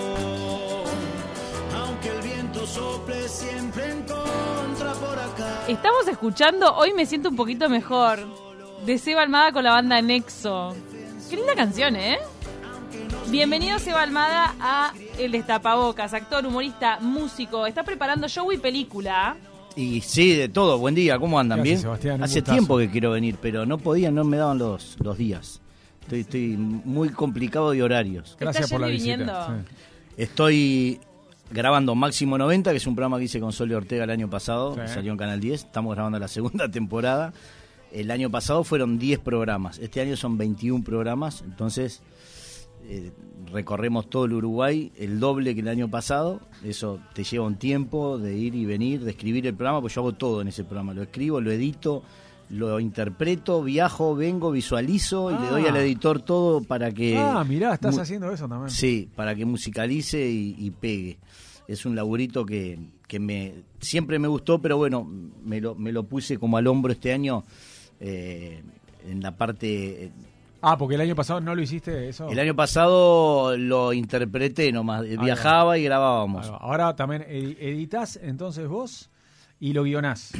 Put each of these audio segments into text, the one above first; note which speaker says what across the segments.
Speaker 1: corazón, aunque el viento sople siempre en contra por acá.
Speaker 2: Estamos escuchando Hoy me siento un poquito mejor de Seba Almada con la banda Nexo. Qué linda canción, ¿eh? Bienvenido Seba Almada a El Destapabocas, actor, humorista, músico. Está preparando show y película.
Speaker 3: Y sí, de todo. Buen día, ¿cómo andan?
Speaker 4: Gracias,
Speaker 3: ¿Bien?
Speaker 4: Sebastián, un
Speaker 3: Hace
Speaker 4: gustazo.
Speaker 3: tiempo que quiero venir, pero no podía, no me daban los, los días. Estoy, estoy muy complicado de horarios.
Speaker 4: Gracias por la
Speaker 2: yendo y
Speaker 4: visita.
Speaker 2: viniendo.
Speaker 4: Sí.
Speaker 3: Estoy grabando Máximo 90, que es un programa que hice con Sole Ortega el año pasado,
Speaker 4: Sí.
Speaker 3: que salió en Canal 10. Estamos grabando la segunda temporada. El año pasado fueron 10 programas, este año son 21 programas, entonces eh, recorremos todo el Uruguay, el doble que el año pasado. Eso te lleva un tiempo de ir y venir, de escribir el programa, pues yo hago todo en ese programa. Lo escribo, lo edito, lo interpreto, viajo, vengo, visualizo y le doy
Speaker 4: Ah.
Speaker 3: al editor todo para que...
Speaker 4: ah, mirá, estás
Speaker 3: mu-
Speaker 4: haciendo eso también.
Speaker 3: Sí, para que musicalice y, y pegue. Es un laburito que, que me, siempre me gustó, pero bueno, me lo, me lo puse como al hombro este año eh, en la parte...
Speaker 4: Ah, porque el año pasado no lo hiciste eso.
Speaker 3: El año pasado lo interpreté nomás, eh,
Speaker 4: va.
Speaker 3: viajaba y
Speaker 4: Ahí
Speaker 3: grabábamos.
Speaker 4: va. Ahora también edi- editas entonces vos y lo guionás.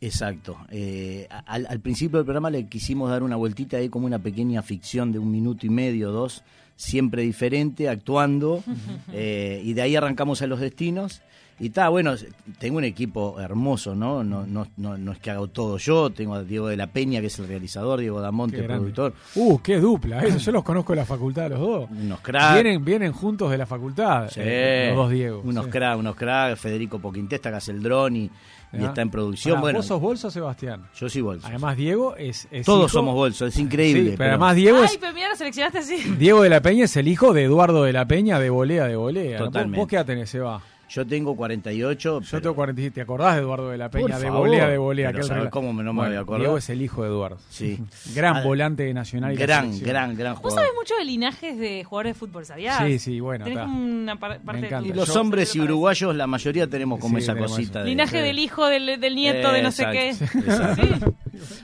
Speaker 3: Exacto. Eh, al, al principio del programa le quisimos dar una vueltita ahí como una pequeña ficción de un minuto y medio, dos, siempre diferente, actuando, eh, y de ahí arrancamos a los destinos. Y está, bueno, tengo un equipo hermoso, ¿no? No, no, no, no es que hago todo yo, tengo a Diego de la Peña, que es el realizador, Diego Damonte,
Speaker 4: Qué
Speaker 3: el
Speaker 4: grande.
Speaker 3: productor,
Speaker 4: Uh, qué dupla. Eso yo los conozco de la facultad los dos.
Speaker 3: unos cracks.
Speaker 4: Vienen, vienen juntos de la facultad.
Speaker 3: Sí.
Speaker 4: eh, los dos Diego.
Speaker 3: Unos
Speaker 4: sí.
Speaker 3: cracks, unos cracks, Federico Poquintesta, que hace el dron y, y
Speaker 4: Mirá.
Speaker 3: está en producción.
Speaker 4: Pará,
Speaker 3: bueno,
Speaker 4: ¿Vos sos bolso, Sebastián?
Speaker 3: yo soy bolso.
Speaker 4: Además, Diego es. es
Speaker 3: Todos
Speaker 4: hijo-
Speaker 3: somos bolsos, es increíble.
Speaker 4: Sí, pero
Speaker 3: pero-
Speaker 4: además, Diego
Speaker 2: Ay,
Speaker 4: es.
Speaker 2: pero mira, lo seleccionaste así.
Speaker 4: Diego de la Peña es el hijo de Eduardo de la Peña de volea de volea.
Speaker 3: Totalmente.
Speaker 4: ¿Vos qué edad tenés, Seba?
Speaker 3: Yo tengo 48.
Speaker 4: Yo
Speaker 3: pero-
Speaker 4: tengo 47. ¿Te acordás de Eduardo de la
Speaker 3: Por
Speaker 4: Peña? De
Speaker 3: favor.
Speaker 4: volea, de volea.
Speaker 3: Pero
Speaker 4: aquel
Speaker 3: ¿sabés
Speaker 4: rela-
Speaker 3: cómo me- no me
Speaker 4: Bueno,
Speaker 3: voy a acordar?
Speaker 4: Diego es el hijo de Eduardo.
Speaker 3: Sí.
Speaker 4: Gran
Speaker 3: Ah,
Speaker 4: volante de Nacional. y de
Speaker 3: Gran,
Speaker 4: selección.
Speaker 3: gran, gran
Speaker 2: Vos
Speaker 3: jugador.
Speaker 2: sabés mucho de linajes de jugadores de fútbol, ¿sabías?
Speaker 4: Sí, sí, bueno,
Speaker 2: Tenés
Speaker 4: está.
Speaker 2: como una par- parte de
Speaker 4: encanta.
Speaker 2: tu-
Speaker 3: Y los
Speaker 4: Yo-
Speaker 3: hombres y
Speaker 2: cerebro parece-
Speaker 3: uruguayos, la mayoría tenemos como
Speaker 4: Sí,
Speaker 3: esa
Speaker 4: tenemos
Speaker 3: cosita.
Speaker 4: eso.
Speaker 3: de-
Speaker 2: Linaje
Speaker 4: Sí.
Speaker 2: del hijo, del, del nieto, de no sé
Speaker 3: Exacto,
Speaker 2: qué.
Speaker 3: exacto.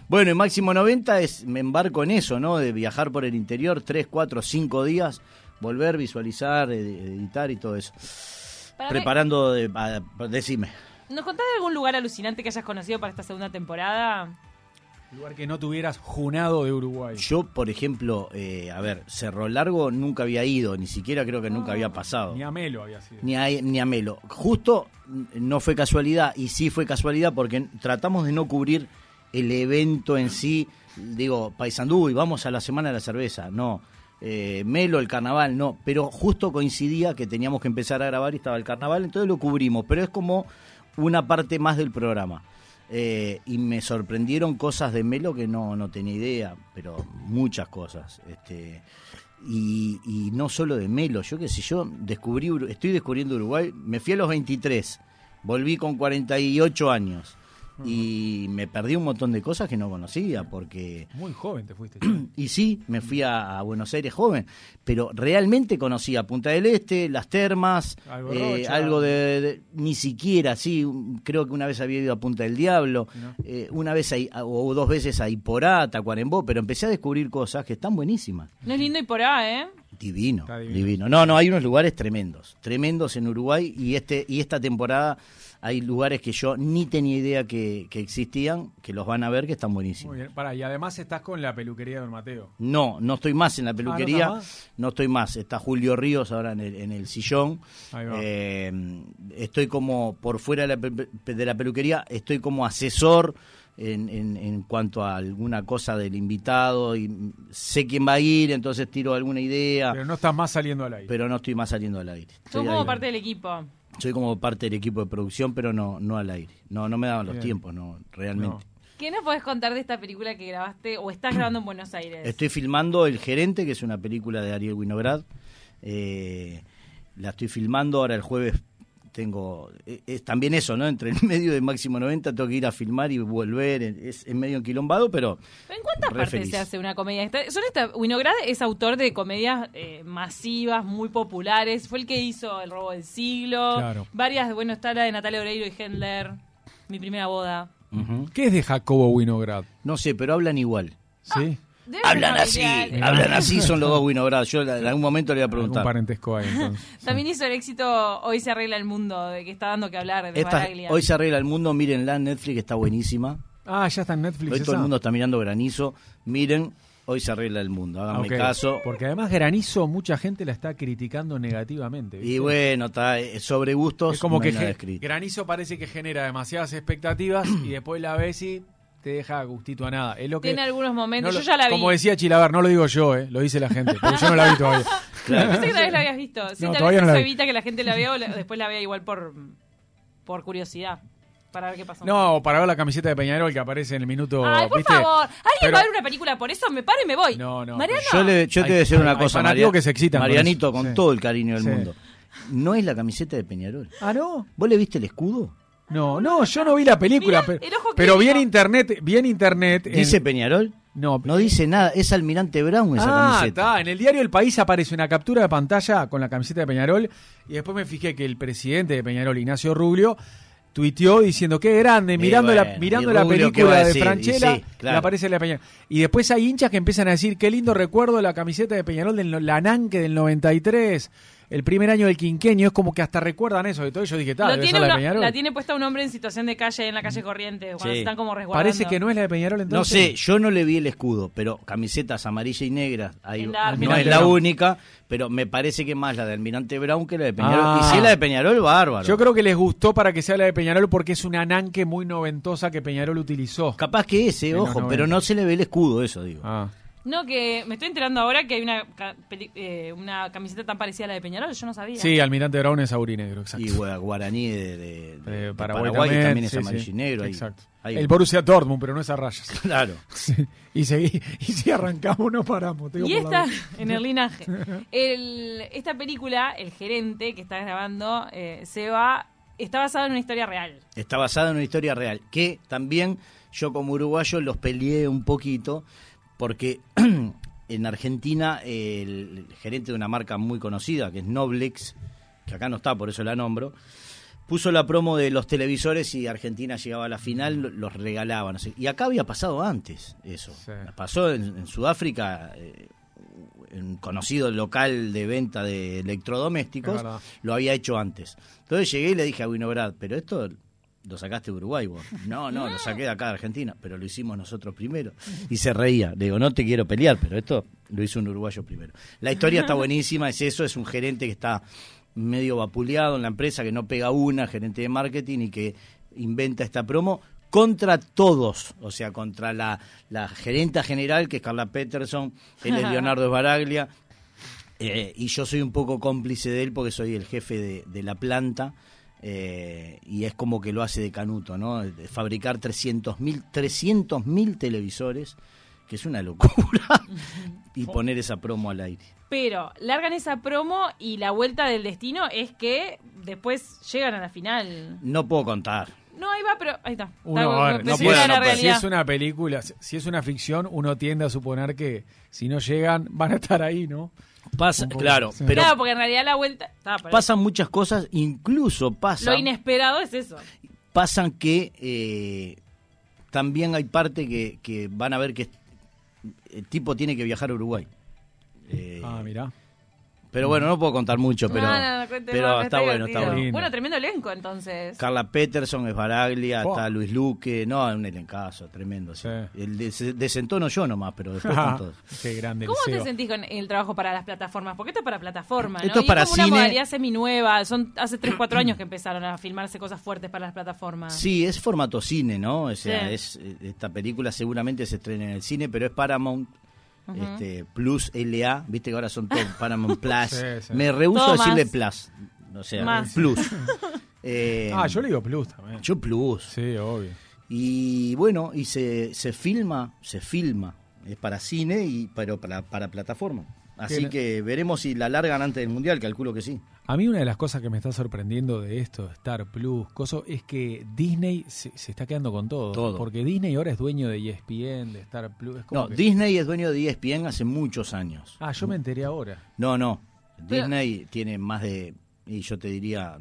Speaker 3: Bueno, y Máximo 90 es, me embarco en eso, ¿no? De viajar por el interior 3, 4, 5 días, volver, visualizar, ed- editar y todo eso.
Speaker 2: Para mí-
Speaker 3: Preparando, de- a- decime.
Speaker 2: ¿Nos contás de algún lugar alucinante que hayas conocido para esta segunda temporada?
Speaker 4: Lugar que no tuvieras junado de Uruguay.
Speaker 3: Yo, por ejemplo, eh, a ver, Cerro Largo nunca había ido, ni siquiera creo que nunca había pasado.
Speaker 4: Ni a Melo había sido.
Speaker 3: ni a, ni a Melo. Justo n- no fue casualidad, y sí fue casualidad porque n- tratamos de no cubrir el evento en sí. Digo, Paysandú, y vamos a la Semana de la Cerveza, no. Eh, Melo, el carnaval, no. Pero justo coincidía que teníamos que empezar a grabar y estaba el carnaval, entonces lo cubrimos, pero es como una parte más del programa. Eh, y me sorprendieron cosas de Melo que no, no tenía idea, pero muchas cosas. Este, y, y no solo de Melo, yo qué sé, yo descubrí, Uru- estoy descubriendo Uruguay, me fui a los 23, volví con 48 años y me perdí un montón de cosas que no conocía, porque...
Speaker 4: Muy joven te fuiste.
Speaker 3: Y sí, me fui a, a Buenos Aires joven, pero realmente conocía Punta del Este, las termas,
Speaker 4: Algo
Speaker 3: eh,
Speaker 4: Rocha.
Speaker 3: algo de, de- Ni siquiera, sí, un- creo que una vez había ido a Punta del Diablo,
Speaker 4: No.
Speaker 3: eh, una vez ahí, o dos veces a Iporá, Tacuarembó, pero empecé a descubrir cosas que están buenísimas.
Speaker 2: No es lindo y por ahí, ¿eh?
Speaker 3: Divino,
Speaker 4: Está divino.
Speaker 3: divino, No, no, hay unos lugares tremendos, tremendos en Uruguay y este y esta temporada hay lugares que yo ni tenía idea que, que existían, que los van a ver que están buenísimos.
Speaker 4: Muy bien. Pará, y además estás con la peluquería de Don Mateo.
Speaker 3: No, no estoy más en la peluquería,
Speaker 4: Ah, ¿no
Speaker 3: no,
Speaker 4: estás
Speaker 3: estoy más. Está Julio Ríos ahora en el, en el sillón.
Speaker 4: Ahí va.
Speaker 3: Eh, estoy como por fuera de la, pe- de la peluquería, estoy como asesor en, en- en cuanto a alguna cosa del invitado y sé quién va a ir, entonces tiro alguna idea.
Speaker 4: Pero no estás más saliendo al aire.
Speaker 3: pero no estoy más saliendo al aire.
Speaker 2: Son
Speaker 3: Estoy
Speaker 2: como
Speaker 3: ahí.
Speaker 2: parte del equipo.
Speaker 3: Soy como parte del equipo de producción, pero no no al aire. No, no me daban los
Speaker 4: Bien.
Speaker 3: tiempos, no,
Speaker 4: No.
Speaker 3: realmente.
Speaker 2: ¿Qué nos podés contar de esta película que grabaste o estás grabando en Buenos Aires?
Speaker 3: Estoy filmando El Gerente, que es una película de Ariel Winograd. Eh, la estoy filmando ahora el jueves. Tengo. eh, Es también eso, ¿no? Entre el medio de Máximo 90 tengo que ir a filmar y volver. Es, es medio enquilombado, pero.
Speaker 2: ¿En cuántas
Speaker 3: Re
Speaker 2: partes
Speaker 3: feliz.
Speaker 2: se hace una comedia? Está- Son esta, Winograd es autor de comedias eh, masivas, muy populares. Fue el que hizo El Robo del Siglo.
Speaker 4: Claro.
Speaker 2: Varias, bueno, está la de Natalia Oreiro y Hendler. Mi primera boda.
Speaker 3: ujú. Ah.
Speaker 4: ¿Qué es de Jacobo Winograd?
Speaker 3: No sé, pero hablan igual.
Speaker 4: ¿Sí?
Speaker 2: debe ser
Speaker 3: Hablan así, Eh.
Speaker 2: familiar.
Speaker 3: hablan así, son los dos Winograd. Yo en algún momento le voy a
Speaker 4: Un
Speaker 3: preguntar.
Speaker 4: parentesco ahí, entonces.
Speaker 2: También hizo el éxito Hoy se arregla el mundo, de que está dando que hablar de
Speaker 3: Esta-
Speaker 2: Baraglia.
Speaker 3: hoy se arregla el mundo, mírenla en Netflix, está buenísima.
Speaker 4: Ah, ya está en Netflix.
Speaker 3: Hoy todo el
Speaker 4: esa.
Speaker 3: mundo está mirando granizo. Miren, hoy se arregla el mundo,
Speaker 4: Ah,
Speaker 3: háganme
Speaker 4: ok.
Speaker 3: caso.
Speaker 4: Porque además Granizo, mucha gente la está criticando negativamente. ¿viste?
Speaker 3: Y bueno, está, eh, sobre gustos,
Speaker 4: es como
Speaker 3: no
Speaker 4: que
Speaker 3: hay nada
Speaker 4: ge-
Speaker 3: escrito.
Speaker 4: Granizo parece que genera demasiadas expectativas y después la ves y te deja a gustito a nada. Es lo que,
Speaker 2: Tiene algunos
Speaker 4: no
Speaker 2: momentos.
Speaker 4: lo-
Speaker 2: yo ya la vi.
Speaker 4: Como decía Chilaver, no lo digo yo, eh, lo dice la gente, porque yo no la vi todavía.
Speaker 3: Claro.
Speaker 2: Pensé que tal vez la habías visto. Sí, tal
Speaker 4: todavía
Speaker 2: vez
Speaker 4: no la
Speaker 2: eso
Speaker 4: vi.
Speaker 2: evita que la gente la vea o la- después la vea igual por, por curiosidad. Para ver qué pasó.
Speaker 4: No, o para ver la camiseta de Peñarol que aparece en el minuto.
Speaker 2: Ay, por
Speaker 4: ¿viste?
Speaker 2: favor. ¿Alguien
Speaker 4: Pero-
Speaker 2: va a ver una película por eso? Me paro y me voy.
Speaker 4: No, no,
Speaker 2: Mariano.
Speaker 3: Yo, le- yo te
Speaker 4: Hay-
Speaker 3: voy a decir
Speaker 4: hay-
Speaker 3: una
Speaker 4: hay
Speaker 3: cosa,
Speaker 4: fanáticos
Speaker 3: Maria-
Speaker 4: que se excitan con
Speaker 3: Marianito,
Speaker 4: eso.
Speaker 3: con
Speaker 4: Sí.
Speaker 3: todo el cariño del
Speaker 4: Sí.
Speaker 3: mundo. No es la camiseta de Peñarol.
Speaker 4: Ah, no.
Speaker 3: ¿Vos le viste el escudo?
Speaker 4: No, no, yo no vi la película,
Speaker 2: Mirá,
Speaker 4: pero,
Speaker 2: el ojo
Speaker 4: pero vi en
Speaker 2: clínico.
Speaker 4: internet, vi en internet. en-
Speaker 3: ¿Dice Peñarol?
Speaker 4: no,
Speaker 3: No dice nada, es Almirante Brown esa
Speaker 4: ah,
Speaker 3: camiseta.
Speaker 4: está. En el diario El País aparece una captura de pantalla con la camiseta de Peñarol. Y después me fijé que el presidente de Peñarol, Ignacio Rubio, tuiteó diciendo qué grande,
Speaker 3: Y
Speaker 4: mirando,
Speaker 3: bueno,
Speaker 4: la,
Speaker 3: y
Speaker 4: mirando la
Speaker 3: Rubio, ¿qué va a
Speaker 4: película de
Speaker 3: decir? Y
Speaker 4: Franchella,
Speaker 3: sí, claro.
Speaker 4: le aparece la de Peñarol. Y después hay hinchas que empiezan a decir qué lindo recuerdo de la camiseta de Peñarol del no- la Nanque del 93. El primer año del quinquenio es como que hasta recuerdan eso. Y todo yo dije,
Speaker 2: Lo
Speaker 4: tal, debe
Speaker 2: tiene
Speaker 4: ser la de
Speaker 2: uno-
Speaker 4: Peñarol.
Speaker 2: la tiene puesta un hombre en situación de calle en la calle Corriente. Cuando
Speaker 3: Sí.
Speaker 2: están como resguardando.
Speaker 4: Parece que no es la de Peñarol
Speaker 3: No
Speaker 4: entonces.
Speaker 3: sé, yo no le vi el escudo, pero camisetas amarillas y negras, ahí-
Speaker 2: En la
Speaker 3: no es
Speaker 2: Almirante
Speaker 3: la
Speaker 4: Brown.
Speaker 3: única, pero me parece que más la de Almirante Brown que la de Peñarol.
Speaker 4: Ah.
Speaker 3: Y si es la de Peñarol, bárbaro.
Speaker 4: Yo creo que les gustó para que sea la de Peñarol porque es una nanque muy noventosa que Peñarol utilizó.
Speaker 3: Capaz que ese,
Speaker 4: En los
Speaker 3: ojo,
Speaker 4: 90.
Speaker 3: pero no se le ve el escudo, eso digo.
Speaker 4: Ah.
Speaker 2: No, que me estoy enterando ahora que hay una, ca- peli- eh, una camiseta tan parecida a la de Peñarol. Yo no sabía.
Speaker 4: Sí, ah, Almirante Brown es aurinegro, exacto.
Speaker 3: Y gua- guaraní de, de- de
Speaker 4: Eh,
Speaker 3: Paraguay, también, es
Speaker 4: sí,
Speaker 3: amarillo
Speaker 4: sí.
Speaker 3: y negro. ahí-
Speaker 4: Exacto.
Speaker 3: ahí-
Speaker 4: El Borussia Dortmund, pero no es a rayas.
Speaker 3: Claro.
Speaker 4: Sí. y, seguí- y si arrancamos no paramos. te digo
Speaker 2: Y
Speaker 4: por la
Speaker 2: esta,
Speaker 4: boca.
Speaker 2: en el linaje, El- esta película, el gerente que está grabando, eh, se va, está basada en una historia real.
Speaker 3: Está basada en una historia real, que también yo como uruguayo los peleé un poquito, porque en Argentina el gerente de una marca muy conocida, que es Noblex, que acá no está, por eso la nombro, puso la promo de los televisores y Argentina llegaba a la final, lo- los regalaban. así. Y acá había pasado antes eso.
Speaker 4: Sí.
Speaker 3: Pasó en, en Sudáfrica, eh, un conocido local de venta de electrodomésticos
Speaker 4: Es verdad.
Speaker 3: lo había hecho antes. Entonces llegué y le dije a Winograd, pero esto lo sacaste de Uruguay vos. No, no, lo saqué de acá de Argentina, pero lo hicimos nosotros primero. Y se reía. Le digo, no te quiero pelear, pero esto lo hizo un uruguayo primero. La historia está buenísima, es eso, es un gerente que está medio vapuleado en la empresa, que no pega una, gerente de marketing y que inventa esta promo contra todos, o sea, contra la, la gerenta general, que es Carla Peterson, él es Leonardo Baraglia, eh, y yo soy un poco cómplice de él porque soy el jefe de, de la planta eh, y es como que lo hace de canuto, ¿no? De fabricar 300.000 300.000 televisores, que es una locura, y
Speaker 2: Oh.
Speaker 3: poner esa promo al aire.
Speaker 2: Pero largan esa promo y la vuelta del destino es que después llegan a la final.
Speaker 3: No puedo contar.
Speaker 2: No, ahí va, pero ahí está.
Speaker 4: Uno,
Speaker 2: Está-
Speaker 4: a ver,
Speaker 2: pensé
Speaker 4: no
Speaker 2: que
Speaker 4: puede,
Speaker 2: era
Speaker 3: no
Speaker 2: la
Speaker 3: puede.
Speaker 4: Si
Speaker 2: realidad.
Speaker 4: es una película, si- si es una ficción, uno tiende a suponer que si no llegan van a estar ahí, ¿no?
Speaker 3: Pasa,
Speaker 4: Un poco,
Speaker 3: claro,
Speaker 4: sí.
Speaker 3: pero
Speaker 2: Claro, porque en realidad la vuelta... está, pero
Speaker 3: pasan muchas cosas, incluso
Speaker 2: lo
Speaker 3: pasa,
Speaker 2: inesperado es eso.
Speaker 3: pasan que eh, también hay parte que, que van a ver que el tipo tiene que viajar a Uruguay. Eh,
Speaker 4: Ah, mirá.
Speaker 3: Pero bueno, no puedo contar mucho, pero,
Speaker 2: No, no, no, cuente,
Speaker 3: pero
Speaker 2: no, que
Speaker 3: está, bueno, está
Speaker 2: divertido.
Speaker 3: bueno.
Speaker 4: Lindo.
Speaker 2: Bueno, tremendo elenco entonces.
Speaker 3: Carla Peterson es Baraglia,
Speaker 4: Buah.
Speaker 3: está Luis Luque, no, un elencazo, tremendo. sí.
Speaker 4: Sí.
Speaker 3: El des- desentono yo nomás, pero después están todos.
Speaker 4: Ah, Qué grande el
Speaker 2: ¿Cómo te
Speaker 4: CEO.
Speaker 2: sentís con el trabajo para las plataformas? Porque esto es para plataformas, ¿no?
Speaker 3: Esto es
Speaker 2: Y
Speaker 3: para
Speaker 2: como una
Speaker 3: cine.
Speaker 2: modalidad seminueva. Son hace 3, 4 años que empezaron a filmarse cosas fuertes para las plataformas.
Speaker 3: Sí, es formato cine, ¿no? O sea,
Speaker 2: Sí.
Speaker 3: es, eh, esta película seguramente se estrena en el cine, pero es Paramount este, Plus LA, viste que ahora son todos Paramount Plus.
Speaker 4: Sí, sí.
Speaker 3: Me rehuso
Speaker 2: Todo
Speaker 3: a decirle
Speaker 2: más.
Speaker 3: Plus, o sea,
Speaker 2: Más.
Speaker 3: Plus. Eh,
Speaker 4: Ah, yo le digo Plus también.
Speaker 3: yo Plus.
Speaker 4: Sí, obvio.
Speaker 3: Y bueno, y se, se filma, se filma. Es para cine y pero para, para plataforma. Así
Speaker 4: Tiene-
Speaker 3: que veremos si la largan antes del mundial, calculo que sí.
Speaker 4: A mí una de las cosas que me está sorprendiendo de esto, de Star Plus, coso, es que Disney se, se está quedando con todo,
Speaker 3: Todo.
Speaker 4: Porque Disney ahora es dueño de E ESPN, de Star Plus. es como
Speaker 3: No,
Speaker 4: que-
Speaker 3: Disney es dueño de E ESPN hace muchos años.
Speaker 4: Ah, yo me enteré ahora.
Speaker 3: No, no.
Speaker 2: Pero-
Speaker 3: Disney tiene más de, y yo te diría,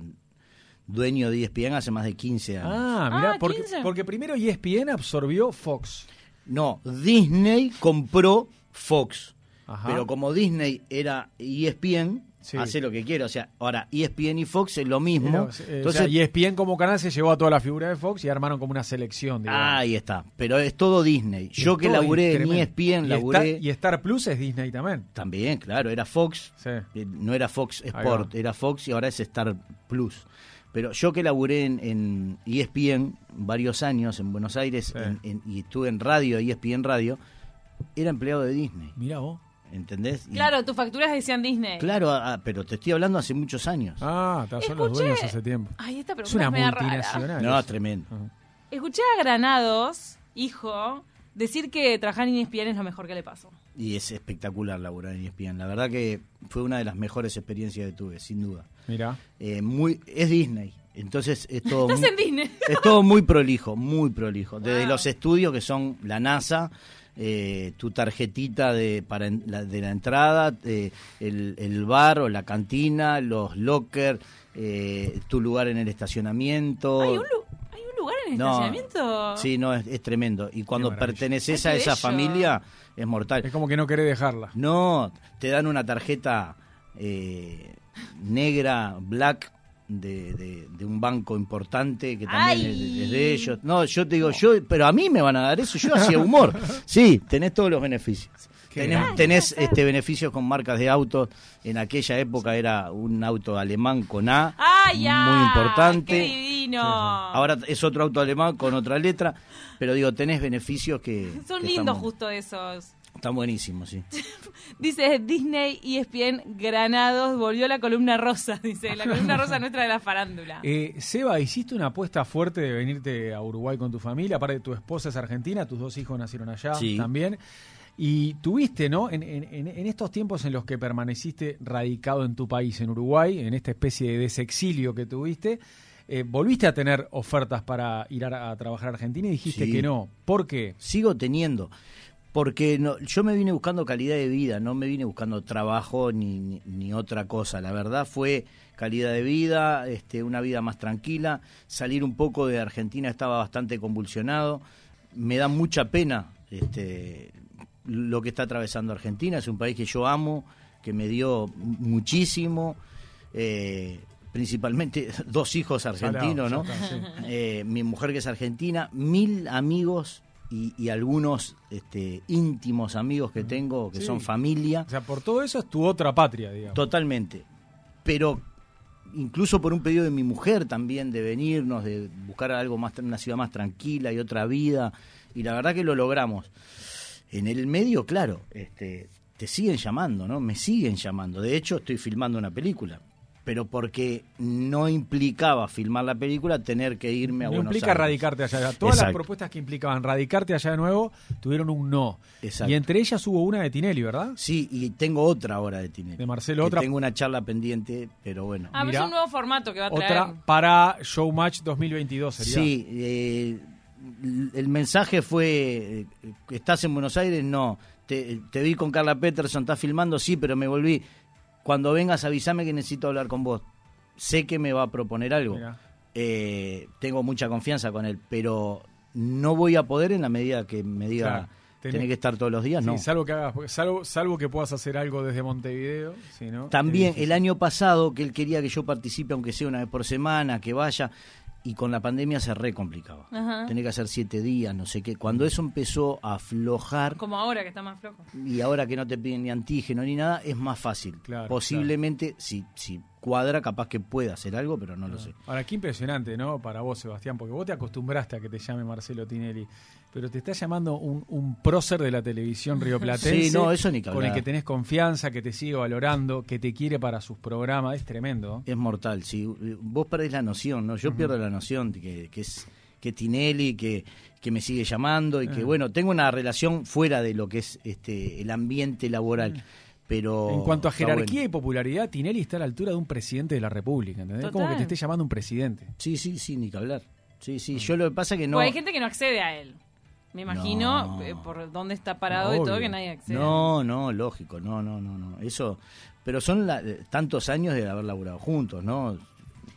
Speaker 3: dueño de E ESPN hace más de 15 años.
Speaker 4: Ah, mirá,
Speaker 2: Ah,
Speaker 4: porque, E
Speaker 2: 15.
Speaker 4: porque primero ESPN absorbió Fox.
Speaker 3: No, Disney compró Fox.
Speaker 4: Ajá.
Speaker 3: Pero como Disney era E ESPN,
Speaker 4: Sí.
Speaker 3: hace lo que quiera. O sea, ahora E ESPN y Fox es lo
Speaker 4: eh,
Speaker 3: mismo.
Speaker 4: Entonces, y ESPN como canal se llevó a toda la figura de Fox y armaron como una selección. digamos.
Speaker 3: ahí está. Pero es todo Disney. Yo que
Speaker 4: Estoy
Speaker 3: laburé en E
Speaker 4: tremendo.
Speaker 3: ESPN,
Speaker 4: Y
Speaker 3: laburé.
Speaker 4: Star- y Star Plus es Disney también.
Speaker 3: También, claro, era Fox.
Speaker 4: Sí.
Speaker 3: Eh, No era Fox
Speaker 4: va.
Speaker 3: Sport, era Fox y ahora es Star Plus. Pero yo que laburé en, en E ESPN varios años en Buenos Aires
Speaker 4: Sí.
Speaker 3: en- en- y estuve en radio, E ESPN Radio, era empleado de Disney,
Speaker 4: Mira vos.
Speaker 3: ¿entendés? Y-
Speaker 2: Claro, tus facturas decían Disney.
Speaker 3: Claro, ah, ah, pero te estoy hablando hace muchos años.
Speaker 4: Ah, ta, son los
Speaker 2: Escuché- Ah,
Speaker 4: dueños hace tiempo.
Speaker 2: Ay, esta pregunta
Speaker 4: Es una
Speaker 2: es media rara.
Speaker 4: multinacional.
Speaker 3: no,
Speaker 4: eso.
Speaker 3: tremendo.
Speaker 2: Escuché a Granados, hijo, decir que trabajar en E ESPN es lo mejor que le pasó.
Speaker 3: Y es espectacular laburar en E ESPN. La verdad que fue una de las mejores experiencias que tuve, sin duda.
Speaker 4: Mira.
Speaker 3: Eh, muy, es Disney, entonces es todo...
Speaker 2: Estás
Speaker 3: muy-
Speaker 2: en Disney.
Speaker 3: Es todo muy prolijo, muy prolijo. Desde
Speaker 2: Wow.
Speaker 3: los estudios que son la NASA, eh, tu tarjetita de, para en- la, de la entrada, eh, el, el bar o la cantina, los lockers, eh, tu lugar en el estacionamiento.
Speaker 2: ¿Hay un, lu- hay un lugar en el
Speaker 3: No,
Speaker 2: estacionamiento?
Speaker 3: Sí, no, es, es tremendo. Y cuando
Speaker 4: Qué maravilla.
Speaker 3: perteneces
Speaker 2: Ay,
Speaker 3: a
Speaker 2: qué
Speaker 3: esa
Speaker 2: bello.
Speaker 3: familia, es mortal.
Speaker 4: Es como que no querés
Speaker 3: Ah.
Speaker 4: dejarla.
Speaker 3: No, te dan una tarjeta eh, negra, black, de, de- de un banco importante que también es,
Speaker 2: ¡Ay!
Speaker 3: de- es de ellos. No, yo te digo, yo, pero a mí me van a dar eso, yo hacía humor. Sí, tenés todos los beneficios.
Speaker 4: Qué
Speaker 3: tenés
Speaker 4: grande.
Speaker 3: tenés, este beneficios con marcas de autos. En aquella época era un auto alemán con A,
Speaker 2: ¡Ay, ya!
Speaker 3: muy importante.
Speaker 2: ¡Qué divino!
Speaker 3: Ahora es otro auto alemán con otra letra, pero digo, tenés beneficios que...
Speaker 2: Son
Speaker 3: que
Speaker 2: lindos
Speaker 3: están-
Speaker 2: justo esos.
Speaker 3: Están buenísimos, sí.
Speaker 2: Dice Disney E ESPN Granados volvió la columna rosa, dice, la columna rosa nuestra de la farándula.
Speaker 4: Eh, Seba, ¿hiciste una apuesta fuerte de venirte a Uruguay con tu familia? Aparte, tu esposa es argentina, tus dos hijos nacieron allá
Speaker 3: Sí.
Speaker 4: también. Y tuviste, ¿no? En, en- en- en estos tiempos en los que permaneciste radicado en tu país, en Uruguay, en esta especie de desexilio que tuviste, eh, volviste a tener ofertas para ir a, a trabajar a Argentina y dijiste
Speaker 3: Sí.
Speaker 4: que no. ¿Por qué?
Speaker 3: sigo teniendo. Porque no, yo me vine buscando calidad de vida, no me vine buscando trabajo ni, ni, ni otra cosa. La verdad fue calidad de vida, este, una vida más tranquila. Salir un poco de Argentina estaba bastante convulsionado. Me da mucha pena este, lo que está atravesando Argentina. Es un país que yo amo, que me dio muchísimo. eh, principalmente dos hijos argentinos, ¿no?
Speaker 4: Ya está, sí.
Speaker 3: Eh, mi mujer que es argentina, mil amigos y, y algunos este, íntimos amigos que tengo que
Speaker 4: Sí.
Speaker 3: son familia,
Speaker 4: O sea, por todo eso es tu otra patria, digamos.
Speaker 3: totalmente. Pero incluso por un pedido de mi mujer también de venirnos, de buscar algo más, una ciudad más tranquila y otra vida. Y la verdad que lo logramos. En el medio, claro, este, te siguen llamando, ¿no? Me siguen llamando. De hecho, estoy filmando una película. Pero porque no implicaba filmar la película tener que irme a
Speaker 4: No
Speaker 3: Buenos
Speaker 4: implica
Speaker 3: Aires.
Speaker 4: radicarte allá. Todas las
Speaker 3: Exacto.
Speaker 4: propuestas que implicaban radicarte allá de nuevo tuvieron un no.
Speaker 3: Exacto.
Speaker 4: Y entre ellas hubo una de Tinelli, ¿verdad?
Speaker 3: Sí, y tengo otra hora de Tinelli.
Speaker 4: De Marcelo,
Speaker 3: Que
Speaker 4: otra-
Speaker 3: Tengo una charla pendiente, pero bueno.
Speaker 2: Ah, pero
Speaker 4: mirá.
Speaker 2: es un nuevo formato que va a traer.
Speaker 4: Otra para Showmatch 2022 sería.
Speaker 3: Sí, eh, el mensaje fue, eh, ¿estás en Buenos Aires? No. Te, te vi con Carla Peterson, estás filmando, sí, pero me volví. Cuando vengas avísame que necesito hablar con vos. Sé que me va a proponer algo.
Speaker 4: Mirá.
Speaker 3: Eh, tengo mucha confianza con él, pero no voy a poder en la medida que me diga,
Speaker 4: Claro, tenés-
Speaker 3: tenés que estar todos los días,
Speaker 4: Sí,
Speaker 3: no.
Speaker 4: salvo que hagas, salvo, salvo que puedas hacer algo desde Montevideo. si no, Eh,
Speaker 3: También
Speaker 4: es difícil.
Speaker 3: el año pasado que él quería que yo participe, aunque sea una vez por semana, que vaya, y con la pandemia se re complicaba.
Speaker 2: Ajá.
Speaker 3: Tenía que hacer siete días, no sé qué. Cuando eso empezó a aflojar,
Speaker 2: Como ahora que está más flojo.
Speaker 3: y ahora que no te piden ni antígeno ni nada, es más fácil.
Speaker 4: Claro,
Speaker 3: Posiblemente, Si, si cuadra, capaz que pueda hacer algo, pero no lo sé.
Speaker 4: Ahora, qué impresionante, ¿no? Para vos, Sebastián, porque vos te acostumbraste a que te llame Marcelo Tinelli, pero te está llamando un, un prócer de la televisión rioplatense.
Speaker 3: Sí, no, eso ni que
Speaker 4: Con el
Speaker 3: hablar.
Speaker 4: que tenés confianza, que te sigue valorando, que te quiere para sus programas, es tremendo.
Speaker 3: Es mortal, si eh, vos perdés la noción, ¿no? Yo pierdo la noción de que, que es que Tinelli, que, que me sigue llamando y
Speaker 4: Eh.
Speaker 3: que, bueno, tengo una relación fuera de lo que es este el ambiente laboral. Pero
Speaker 4: Eh. en cuanto a
Speaker 3: está
Speaker 4: jerarquía y
Speaker 3: bueno.
Speaker 4: popularidad, Tinelli está a la altura de un presidente de la República, ¿entendés?
Speaker 2: Total.
Speaker 4: Como que te esté llamando un presidente.
Speaker 3: Sí, sí, sí, ni que hablar. Sí,
Speaker 4: Ah.
Speaker 3: sí, yo lo que pasa que no...
Speaker 2: Porque Pues hay gente que no accede a él. Me imagino
Speaker 3: No.
Speaker 2: eh, por dónde está parado y
Speaker 4: Obvio.
Speaker 2: todo que nadie accede.
Speaker 3: No, no, lógico, no, no, no, no. Eso, pero son la- tantos años de haber laburado juntos, ¿no?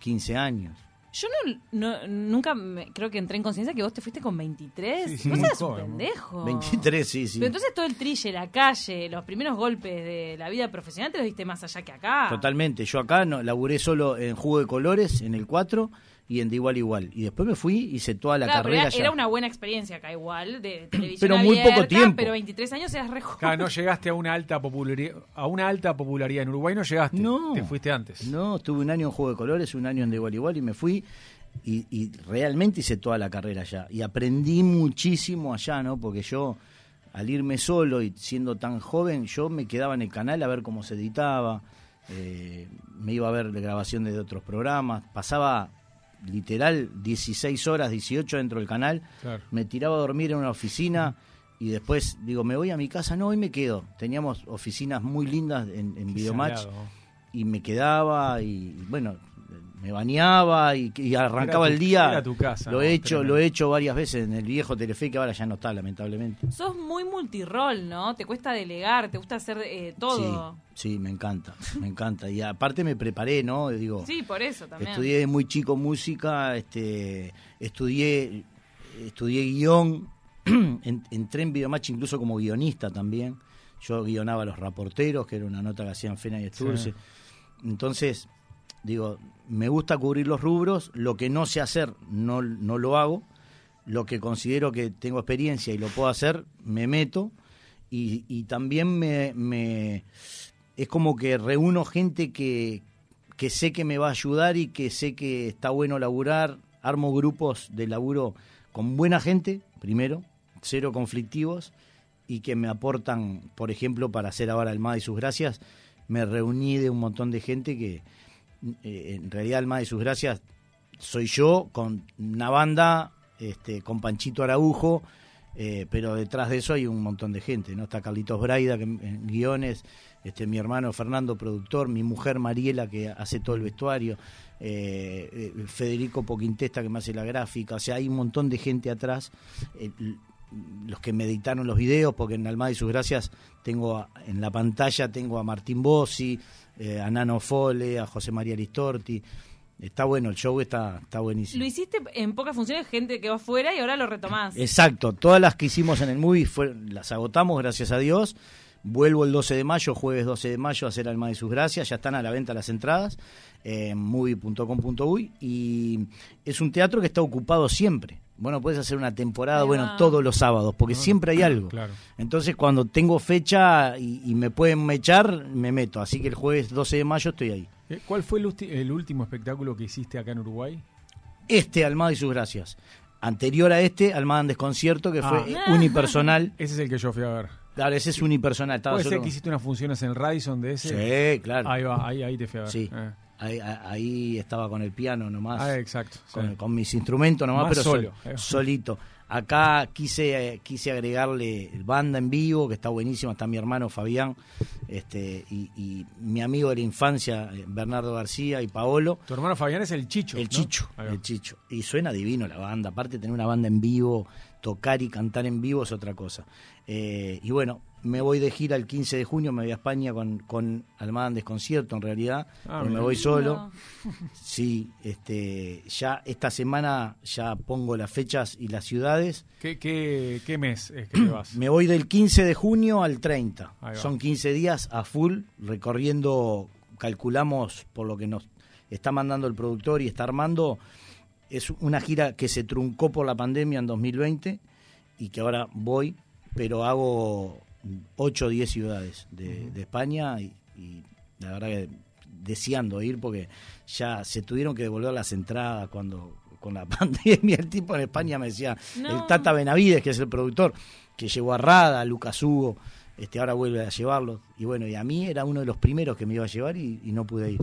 Speaker 3: 15 años.
Speaker 2: Yo no, no- nunca me- creo que entré en conciencia que vos te fuiste con 23.
Speaker 4: Sí, sí,
Speaker 2: vos
Speaker 4: muy
Speaker 2: eras un
Speaker 4: joven, ¿no?
Speaker 2: pendejo.
Speaker 3: 23, sí, sí.
Speaker 2: Oh. Pero entonces todo el trille, la calle, los primeros golpes de la vida profesional te los diste más allá que acá.
Speaker 3: Totalmente. Yo acá no, laburé solo en Jugo de Colores, en el 4 y en De Igual a Igual. Y después me fui, hice toda la
Speaker 2: Claro, pero
Speaker 3: carrera
Speaker 2: era,
Speaker 3: allá.
Speaker 2: era una buena experiencia acá igual, de televisión
Speaker 3: Pero muy poco
Speaker 2: abierta,
Speaker 3: tiempo.
Speaker 2: Pero 23 años eras re joven.
Speaker 4: Claro, no llegaste a una alta popularidad, a una alta popularidad en Uruguay, no llegaste.
Speaker 3: No.
Speaker 4: Te fuiste antes.
Speaker 3: No, estuve un año en Juego de Colores, un año en De Igual a Igual y me fui. Y, y realmente hice toda la carrera allá. Y aprendí muchísimo allá, ¿no? Porque yo, al irme solo y siendo tan joven, yo me quedaba en el canal a ver cómo se editaba. eh, me iba a ver la grabación de otros programas. Pasaba literal 16 horas, 18 dentro del canal.
Speaker 4: Claro.
Speaker 3: Me tiraba a dormir en una oficina. Y después digo, me voy a mi casa. No, hoy me quedo. Teníamos oficinas muy lindas en, en
Speaker 4: Qué
Speaker 3: Videomatch
Speaker 4: salado.
Speaker 3: y me quedaba y, y bueno me bañaba y, y arrancaba
Speaker 4: Era
Speaker 3: el
Speaker 4: tu-
Speaker 3: día
Speaker 4: era tu casa,
Speaker 3: lo
Speaker 4: ¿no?
Speaker 3: he hecho
Speaker 4: Tremendo.
Speaker 3: lo he hecho varias veces en el viejo Telefe que ahora ya no está lamentablemente
Speaker 2: Sos muy multirol, ¿no? Te cuesta delegar, te gusta hacer eh, todo.
Speaker 3: sí sí me encanta me encanta y aparte me preparé no digo
Speaker 2: Sí, por eso también.
Speaker 3: estudié de muy chico música este estudié estudié guión en- entré en videomatch incluso como guionista también yo guionaba los raporteros que era una nota que hacían Fena y Sturce
Speaker 4: Sí.
Speaker 3: entonces digo me gusta cubrir los rubros lo que no sé hacer no no lo hago lo que considero que tengo experiencia y lo puedo hacer me meto y, y también me, me- es como que reúno gente que, que sé que me va a ayudar y que sé que está bueno laburar, armo grupos de laburo con buena gente, primero, cero conflictivos, y que me aportan, por ejemplo, para hacer ahora Almada y sus gracias, me reuní de un montón de gente que eh, en realidad Almada y sus gracias soy yo con una banda, este, con Panchito Araujo, eh, pero detrás de eso hay un montón de gente, ¿no? Está Carlitos Braida que, en guiones, este, mi hermano Fernando, productor, mi mujer Mariela, que hace todo el vestuario, eh, eh, Federico Poquintesta, que me hace la gráfica, o sea, hay un montón de gente atrás. eh, l- los que me editaron los videos, porque en Almada y sus gracias tengo a- en la pantalla tengo a Martín Bossi, eh, a Nano Fole, a José María Listorti. Está bueno, el show está, está buenísimo.
Speaker 2: Lo hiciste en pocas funciones, gente que va afuera y ahora lo retomás.
Speaker 3: Exacto, todas las que hicimos en el movie fueron- las agotamos, gracias a Dios. Vuelvo el 12 de mayo, jueves 12 de mayo, a hacer Alma de sus Gracias. Ya están a la venta las entradas en movie.com.uy. Y es un teatro que está ocupado siempre. Bueno, puedes hacer una temporada,
Speaker 2: Ahí
Speaker 3: bueno,
Speaker 2: va.
Speaker 3: todos los sábados, porque
Speaker 4: No, no,
Speaker 3: siempre hay algo.
Speaker 4: claro.
Speaker 3: Entonces, cuando tengo fecha y, y me pueden echar, me meto. Así que el jueves 12 de mayo estoy ahí.
Speaker 4: Eh, ¿Cuál fue el, ulti- el último espectáculo que hiciste acá en Uruguay?
Speaker 3: Este Almada y sus Gracias. Anterior a este, Almada en Desconcierto, que fue
Speaker 2: Ah.
Speaker 3: unipersonal.
Speaker 4: Ese es el que yo fui a ver.
Speaker 3: Claro, ese es unipersonal. Estaba
Speaker 4: Puede
Speaker 3: solo
Speaker 4: ser que
Speaker 3: con-
Speaker 4: hiciste unas funciones en el Radisson de ese.
Speaker 3: Sí, claro.
Speaker 4: Ahí va, ahí, ahí te fui a ver.
Speaker 3: Sí.
Speaker 4: Eh.
Speaker 3: Ahí, a- ahí estaba con el piano nomás.
Speaker 4: Ah, exacto. sí.
Speaker 3: con, con mis instrumentos nomás,
Speaker 4: Más
Speaker 3: pero sol-
Speaker 4: solo, eh.
Speaker 3: solito. Acá quise, eh, quise agregarle banda en vivo, que está buenísima, está mi hermano Fabián, este, y, y mi amigo de la infancia, eh, Bernardo García y Paolo.
Speaker 4: Tu hermano Fabián es el Chicho.
Speaker 3: El
Speaker 4: ¿no?
Speaker 3: Chicho,
Speaker 4: Ahí va.
Speaker 3: el Chicho. Y suena divino la banda. Aparte, tener una banda en vivo, tocar y cantar en vivo es otra cosa. Eh, y bueno, me voy de gira el 15 de junio, me voy a España con, con Almada en Desconcierto, en realidad.
Speaker 4: Ah,
Speaker 3: porque me
Speaker 4: mira.
Speaker 3: voy solo.
Speaker 2: No.
Speaker 3: Sí, este, ya esta semana ya pongo las fechas y las ciudades.
Speaker 4: ¿Qué, qué, qué mes es que te vas?
Speaker 3: Me voy del 15 de junio al 30.
Speaker 4: Ahí va.
Speaker 3: Son 15 días a full, recorriendo, calculamos por lo que nos está mandando el productor y está armando. Es una gira que se truncó por la pandemia en 2020 y que ahora voy, pero hago 8 o 10 ciudades de, de España y, y la verdad que deseando ir porque ya se tuvieron que devolver las entradas cuando con la pandemia el tipo en España me decía
Speaker 2: No.
Speaker 3: el Tata Benavides, que es el productor, que llevó a Rada, a Lucas Hugo, este, ahora vuelve a llevarlo. Y bueno, y a mí era uno de los primeros que me iba a llevar y, y no pude ir.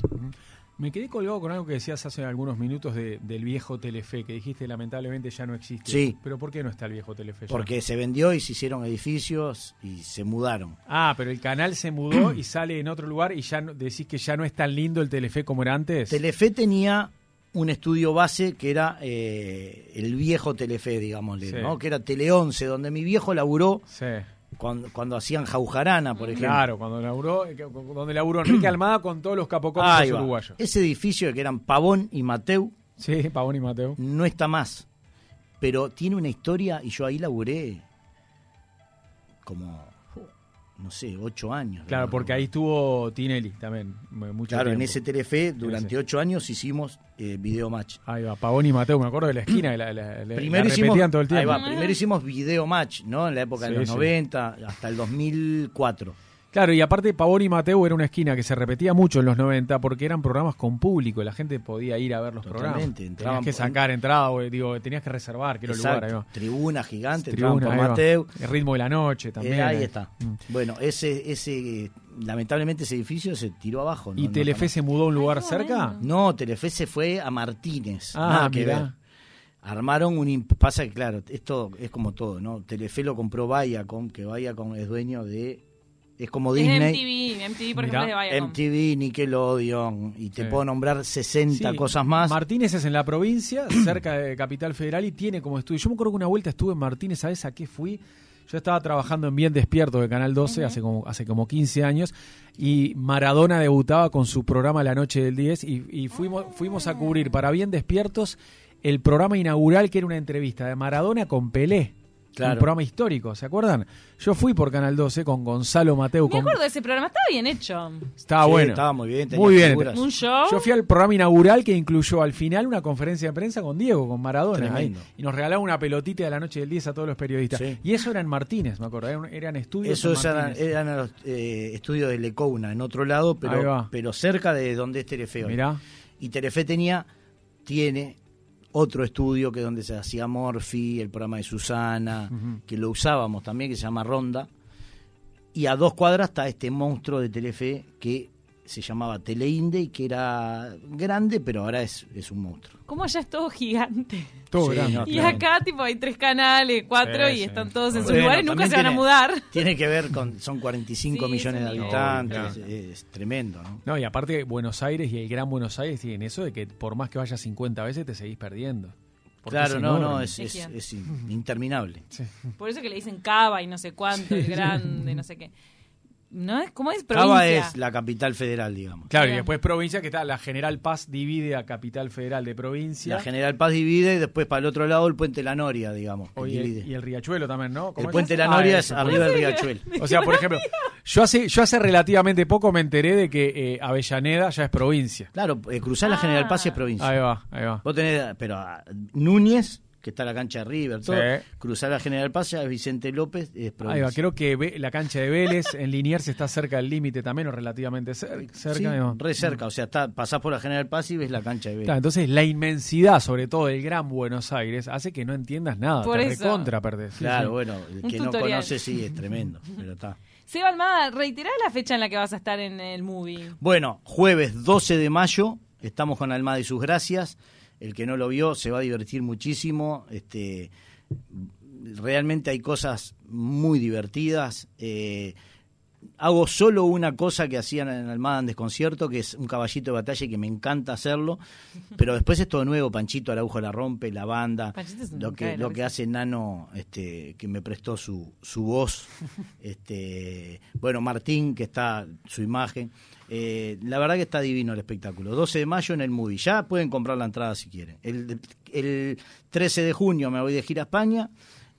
Speaker 4: Me quedé colgado con algo que decías hace algunos minutos de- del viejo Telefe, que dijiste lamentablemente ya no existe.
Speaker 3: Sí.
Speaker 4: ¿Pero por qué no está el viejo Telefe? ya?
Speaker 3: Porque se vendió y se hicieron edificios y se mudaron.
Speaker 4: Ah, pero el canal se mudó y sale en otro lugar y ya no- decís que ya no es tan lindo el Telefe como era antes.
Speaker 3: Telefe tenía un estudio base que era eh, el viejo Telefe, digámosle,
Speaker 4: Sí.
Speaker 3: ¿no? que era Tele 11, donde mi viejo laburó
Speaker 4: Sí.
Speaker 3: cuando, cuando hacían Jaujarana, por ejemplo.
Speaker 4: Claro, cuando laburó, eh, donde laburó Enrique Almada con todos los capocómicos
Speaker 3: Ahí va.
Speaker 4: uruguayos.
Speaker 3: Ese edificio que eran Pavón y Mateu
Speaker 4: Sí, Pavón y Mateo.
Speaker 3: no está más. Pero tiene una historia y yo ahí laburé como, no sé, ocho años.
Speaker 4: Claro,
Speaker 3: ¿no?
Speaker 4: porque ahí estuvo Tinelli también. mu- Mucho
Speaker 3: Claro, en
Speaker 4: tiempo.
Speaker 3: ese Telefe durante
Speaker 4: ese.
Speaker 3: ocho años hicimos eh, video match.
Speaker 4: Ahí va, Pavón y Mateo, me acuerdo de la esquina, la, Eh, la- la-
Speaker 3: Primero
Speaker 4: la
Speaker 3: hicimos,
Speaker 4: repetían todo el
Speaker 3: ahí
Speaker 4: tiempo.
Speaker 3: va, primero hicimos video match, ¿no? En la época
Speaker 4: Sí,
Speaker 3: de los
Speaker 4: sí.
Speaker 3: 90 hasta el 2004.
Speaker 4: Claro, y aparte Pavón y Mateo era una esquina que se repetía mucho en los 90 porque eran programas con público, la gente podía ir a ver los programas.
Speaker 3: Totalmente, entraban
Speaker 4: tenías que
Speaker 3: por-
Speaker 4: sacar entrada, o, digo, tenías que reservar, que era el lugar, ahí va.
Speaker 3: Tribuna gigante,
Speaker 4: Tribuna,
Speaker 3: entraban por
Speaker 4: ahí va.
Speaker 3: Mateu.
Speaker 4: El ritmo de la noche también.
Speaker 3: Eh, ahí
Speaker 4: eh.
Speaker 3: está.
Speaker 4: Mm.
Speaker 3: Bueno, ese, ese, lamentablemente ese edificio se tiró abajo. ¿no?
Speaker 4: ¿Y
Speaker 3: No
Speaker 4: Telefe
Speaker 3: está
Speaker 4: se mudó a un lugar
Speaker 2: qué
Speaker 4: cerca?
Speaker 2: bueno.
Speaker 3: más. No, Telefe se fue a Martínez.
Speaker 4: Ah,
Speaker 3: nada que ver.
Speaker 4: mira.
Speaker 3: Armaron un. imp- Pasa que, claro, esto es como todo, ¿no? Telefe lo compró Viacom, que Viacom es dueño de. Es como Disney.
Speaker 2: MTV, MTV, por ejemplo,
Speaker 4: Mirá,
Speaker 2: es de Viacom.
Speaker 3: MTV, Nickelodeon, y te
Speaker 4: Sí.
Speaker 3: puedo nombrar 60 cosas más.
Speaker 4: Martínez es en la provincia, cerca de Capital Federal, y tiene como estudio. Yo me acuerdo que una vuelta estuve en Martínez, ¿sabes a qué fui? Yo estaba trabajando en Bien Despierto de Canal 12 hace, como, hace como 15 años y Maradona debutaba con su programa La Noche del 10 y, y fuimos,
Speaker 2: Ah.
Speaker 4: fuimos a cubrir para Bien Despiertos el programa inaugural que era una entrevista de Maradona con Pelé.
Speaker 3: Claro.
Speaker 4: Un programa histórico, ¿se acuerdan? Yo fui por Canal 12 con Gonzalo Mateu.
Speaker 2: Me
Speaker 4: con-
Speaker 2: acuerdo de ese programa, estaba bien hecho.
Speaker 4: Estaba
Speaker 3: Sí,
Speaker 4: Ah, bueno.
Speaker 3: estaba muy bien, tenía
Speaker 4: Muy bien.
Speaker 3: figuras.
Speaker 2: Un show.
Speaker 4: Yo fui al programa inaugural que incluyó al final una conferencia de prensa con Diego, con Maradona. ahí.
Speaker 3: Tremendo.
Speaker 4: y nos regalaba una pelotita de la noche del 10 a todos los periodistas.
Speaker 3: Sí.
Speaker 4: Y eso era en Martínez, me acuerdo. Eran, eran estudios. en
Speaker 3: Esos eran,
Speaker 4: Martínez.
Speaker 3: eran los eh, estudios de Lecouna, en otro lado,
Speaker 4: Ahí
Speaker 3: pero,
Speaker 4: va.
Speaker 3: pero cerca de donde es Telefe hoy.
Speaker 4: Mirá.
Speaker 3: Y Telefe tenía, tiene otro estudio que es donde se hacía Morphy, el programa de Susana, que lo usábamos también, que se llama Ronda. Y a dos cuadras está este monstruo de Telefe que se llamaba Teleinde y que era grande, pero ahora es, es un monstruo.
Speaker 2: ¿Cómo allá es todo gigante?
Speaker 4: Todo
Speaker 3: Sí,
Speaker 4: grande.
Speaker 3: no,
Speaker 2: Y
Speaker 3: Ah, Claro.
Speaker 2: acá, tipo, hay tres canales, cuatro,
Speaker 4: Sí,
Speaker 2: y
Speaker 4: sí.
Speaker 2: están todos en su
Speaker 3: Bueno,
Speaker 2: lugar y nunca
Speaker 3: también
Speaker 2: se van a
Speaker 3: tiene-
Speaker 2: mudar.
Speaker 3: Tiene que ver con, son 45
Speaker 2: Sí,
Speaker 3: millones de
Speaker 2: sí.
Speaker 3: habitantes,
Speaker 4: Obvio,
Speaker 3: es, es tremendo, ¿no?
Speaker 4: No, y aparte Buenos Aires y el Gran Buenos Aires tienen eso de que por más que vayas 50 veces te seguís perdiendo. Porque
Speaker 3: Claro,
Speaker 4: es
Speaker 3: no,
Speaker 4: enorme.
Speaker 3: no, es,
Speaker 2: Es
Speaker 3: es-
Speaker 2: gigante.
Speaker 3: es in- interminable.
Speaker 4: Sí.
Speaker 2: Por eso que le dicen Cava y no sé cuánto, el grande, no sé qué. ¿No es? ¿Cómo es provincia?
Speaker 3: Cava es la capital federal, digamos.
Speaker 4: Claro, y
Speaker 2: Bien.
Speaker 4: después provincia, que está la General Paz divide a Capital Federal de provincia.
Speaker 3: La General Paz divide y después para el otro lado el Puente La Noria, digamos. que
Speaker 4: Oye,
Speaker 3: divide.
Speaker 4: y el Riachuelo también, ¿no?
Speaker 3: El
Speaker 4: ¿Cómo es?
Speaker 3: Puente La
Speaker 4: Ah,
Speaker 3: Noria es
Speaker 4: ese, Puente
Speaker 3: arriba del Riachuel.
Speaker 4: O sea, por ejemplo, yo hace, yo hace relativamente poco me enteré de que eh, Avellaneda ya es provincia.
Speaker 3: Claro, eh, cruzar la General Paz y
Speaker 2: Ah.
Speaker 3: es provincia.
Speaker 4: Ahí va, ahí va.
Speaker 3: Vos tenés, pero a Núñez, que está la cancha de River, todo.
Speaker 4: Sí.
Speaker 3: Cruzar la General Paz ya es Vicente López, es provincia.
Speaker 4: Ahí va, creo que Ve- la cancha de Vélez en Liniers está cerca del límite también, o relativamente cer- cerca.
Speaker 3: Sí,
Speaker 4: ahí va.
Speaker 3: re cerca, o sea, está, pasás por la General Paz y ves la cancha de Vélez.
Speaker 4: Claro, entonces la inmensidad, sobre todo del Gran Buenos Aires, hace que no entiendas nada,
Speaker 2: Por
Speaker 4: te
Speaker 2: eso.
Speaker 4: recontra perdés. Sí,
Speaker 3: Claro,
Speaker 4: sí.
Speaker 3: bueno, el
Speaker 2: Un
Speaker 3: que no
Speaker 2: tutorial.
Speaker 3: conoce sí es tremendo, pero está.
Speaker 2: Seba Almada, reiterá la fecha en la que vas a estar en el movie.
Speaker 3: Bueno, jueves 12 de mayo, estamos con Almada y sus gracias. El que no lo vio se va a divertir muchísimo. Este, realmente hay cosas muy divertidas. Eh, hago solo una cosa que hacían en Almada en Desconcierto, que es un caballito de batalla y que me encanta hacerlo. Pero después es todo nuevo, Panchito Araujo la rompe, la banda,
Speaker 2: Panchito es un
Speaker 3: lo
Speaker 2: cae
Speaker 3: que,
Speaker 2: de la
Speaker 3: lo que
Speaker 2: risa.
Speaker 3: hace Nano, este, que me prestó su, su voz, este, bueno, Martín, que está su imagen. Eh, la verdad que está divino el espectáculo. 12 de mayo en el movie. Ya pueden comprar la entrada si quieren. El, el 13 de junio me voy de gira a España.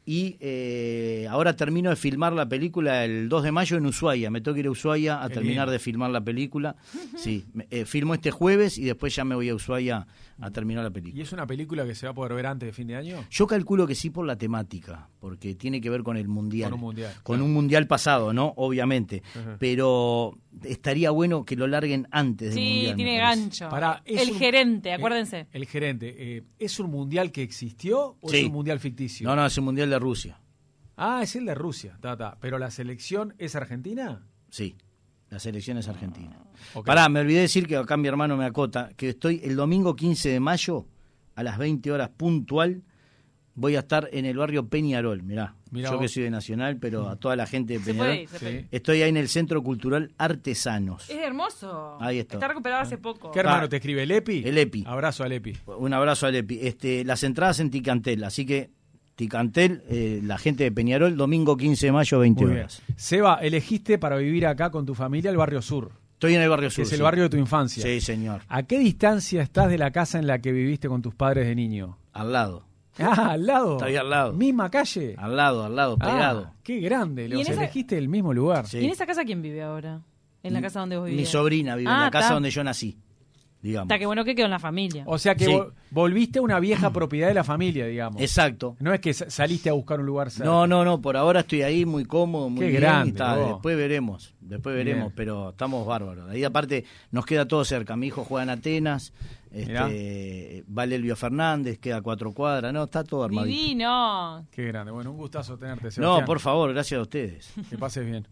Speaker 3: Y eh, ahora termino de filmar la película el 2 de mayo en Ushuaia. Me tengo que ir a Ushuaia a
Speaker 4: Qué
Speaker 3: terminar
Speaker 4: lindo.
Speaker 3: de filmar la película. Sí, me- eh, filmo este jueves y después ya me voy a Ushuaia a terminar la película.
Speaker 4: ¿Y es una película que se va a poder ver antes de fin de año?
Speaker 3: Yo calculo que sí por la temática, porque tiene que ver con el mundial.
Speaker 4: Con un mundial,
Speaker 3: Con
Speaker 4: claro.
Speaker 3: un mundial pasado, ¿no? Obviamente.
Speaker 4: Ajá.
Speaker 3: Pero estaría bueno que lo larguen antes del
Speaker 2: Sí,
Speaker 3: mundial.
Speaker 2: tiene
Speaker 3: me parece.
Speaker 2: gancho.
Speaker 4: Pará, es
Speaker 2: el
Speaker 4: un-
Speaker 2: gerente,
Speaker 4: eh,
Speaker 2: acuérdense.
Speaker 4: El, gerente, eh, ¿es un mundial que existió o es
Speaker 3: Sí.
Speaker 4: un mundial ficticio?
Speaker 3: No, no, es el mundial de Rusia.
Speaker 4: Ah, es el de Rusia, ta, ta. Pero la selección es argentina.
Speaker 3: Sí. La selección es argentina.
Speaker 4: Ah, ok.
Speaker 3: Pará, me olvidé decir que acá mi hermano me acota que estoy el domingo 15 de mayo a las 20 horas puntual. Voy a estar en el barrio Peñarol, mirá.
Speaker 4: Mirá
Speaker 3: Yo que
Speaker 4: vos.
Speaker 3: soy de Nacional, pero a toda la gente de
Speaker 2: Se puede
Speaker 3: Peñarol.
Speaker 2: ir, se puede ir.
Speaker 3: Estoy ahí en el Centro Cultural Artesanos.
Speaker 2: Es hermoso.
Speaker 3: Ahí está.
Speaker 2: recuperado hace poco.
Speaker 4: ¿Qué hermano te escribe? ¿El Epi?
Speaker 3: El Epi.
Speaker 4: Abrazo al Epi.
Speaker 3: Un abrazo a Lepi. Este, las entradas en Ticantel, así que Ticantel, eh, la gente de Peñarol, domingo 15 de mayo, 20
Speaker 4: Muy bien.
Speaker 3: horas.
Speaker 4: Seba, elegiste para vivir acá con tu familia el barrio sur.
Speaker 3: Estoy en el barrio
Speaker 4: que
Speaker 3: sur.
Speaker 4: es el
Speaker 3: sí.
Speaker 4: barrio de tu infancia.
Speaker 3: Sí, señor.
Speaker 4: ¿A qué distancia estás de la casa en la que viviste con tus padres de niño?
Speaker 3: Al lado.
Speaker 4: Ah, al lado.
Speaker 3: Está ahí al lado.
Speaker 4: Misma calle.
Speaker 3: Al lado, al lado,
Speaker 4: Ah,
Speaker 3: pegado.
Speaker 4: qué grande.
Speaker 2: Y en
Speaker 4: Los
Speaker 2: esa-
Speaker 4: elegiste el mismo lugar.
Speaker 3: Sí.
Speaker 2: ¿Y en esa casa quién vive ahora? En la casa donde vos
Speaker 3: Mi
Speaker 2: vivías.
Speaker 3: sobrina vive en
Speaker 2: Ah,
Speaker 3: la casa
Speaker 2: está.
Speaker 3: donde yo nací, digamos.
Speaker 2: Está que bueno que quedó en la familia.
Speaker 4: O sea que
Speaker 3: Sí.
Speaker 4: vol- volviste a una vieja propiedad de la familia, digamos.
Speaker 3: Exacto.
Speaker 4: No es que sa- saliste a buscar un lugar cerca.
Speaker 3: No, no, no, por ahora estoy ahí muy cómodo, muy
Speaker 4: Qué
Speaker 3: bien. y
Speaker 4: grande,
Speaker 3: está,
Speaker 4: vos.
Speaker 3: después veremos, después
Speaker 4: Bien.
Speaker 3: veremos, pero estamos bárbaros. Ahí aparte nos queda todo cerca. Mi hijo juega en Atenas, este, Valerio Fernández, queda a cuatro cuadras, no, está todo armadito.
Speaker 2: Divino.
Speaker 4: Qué grande. Bueno, un gustazo tenerte, Sebastián.
Speaker 3: No, por favor, gracias a ustedes.
Speaker 4: Que pases bien.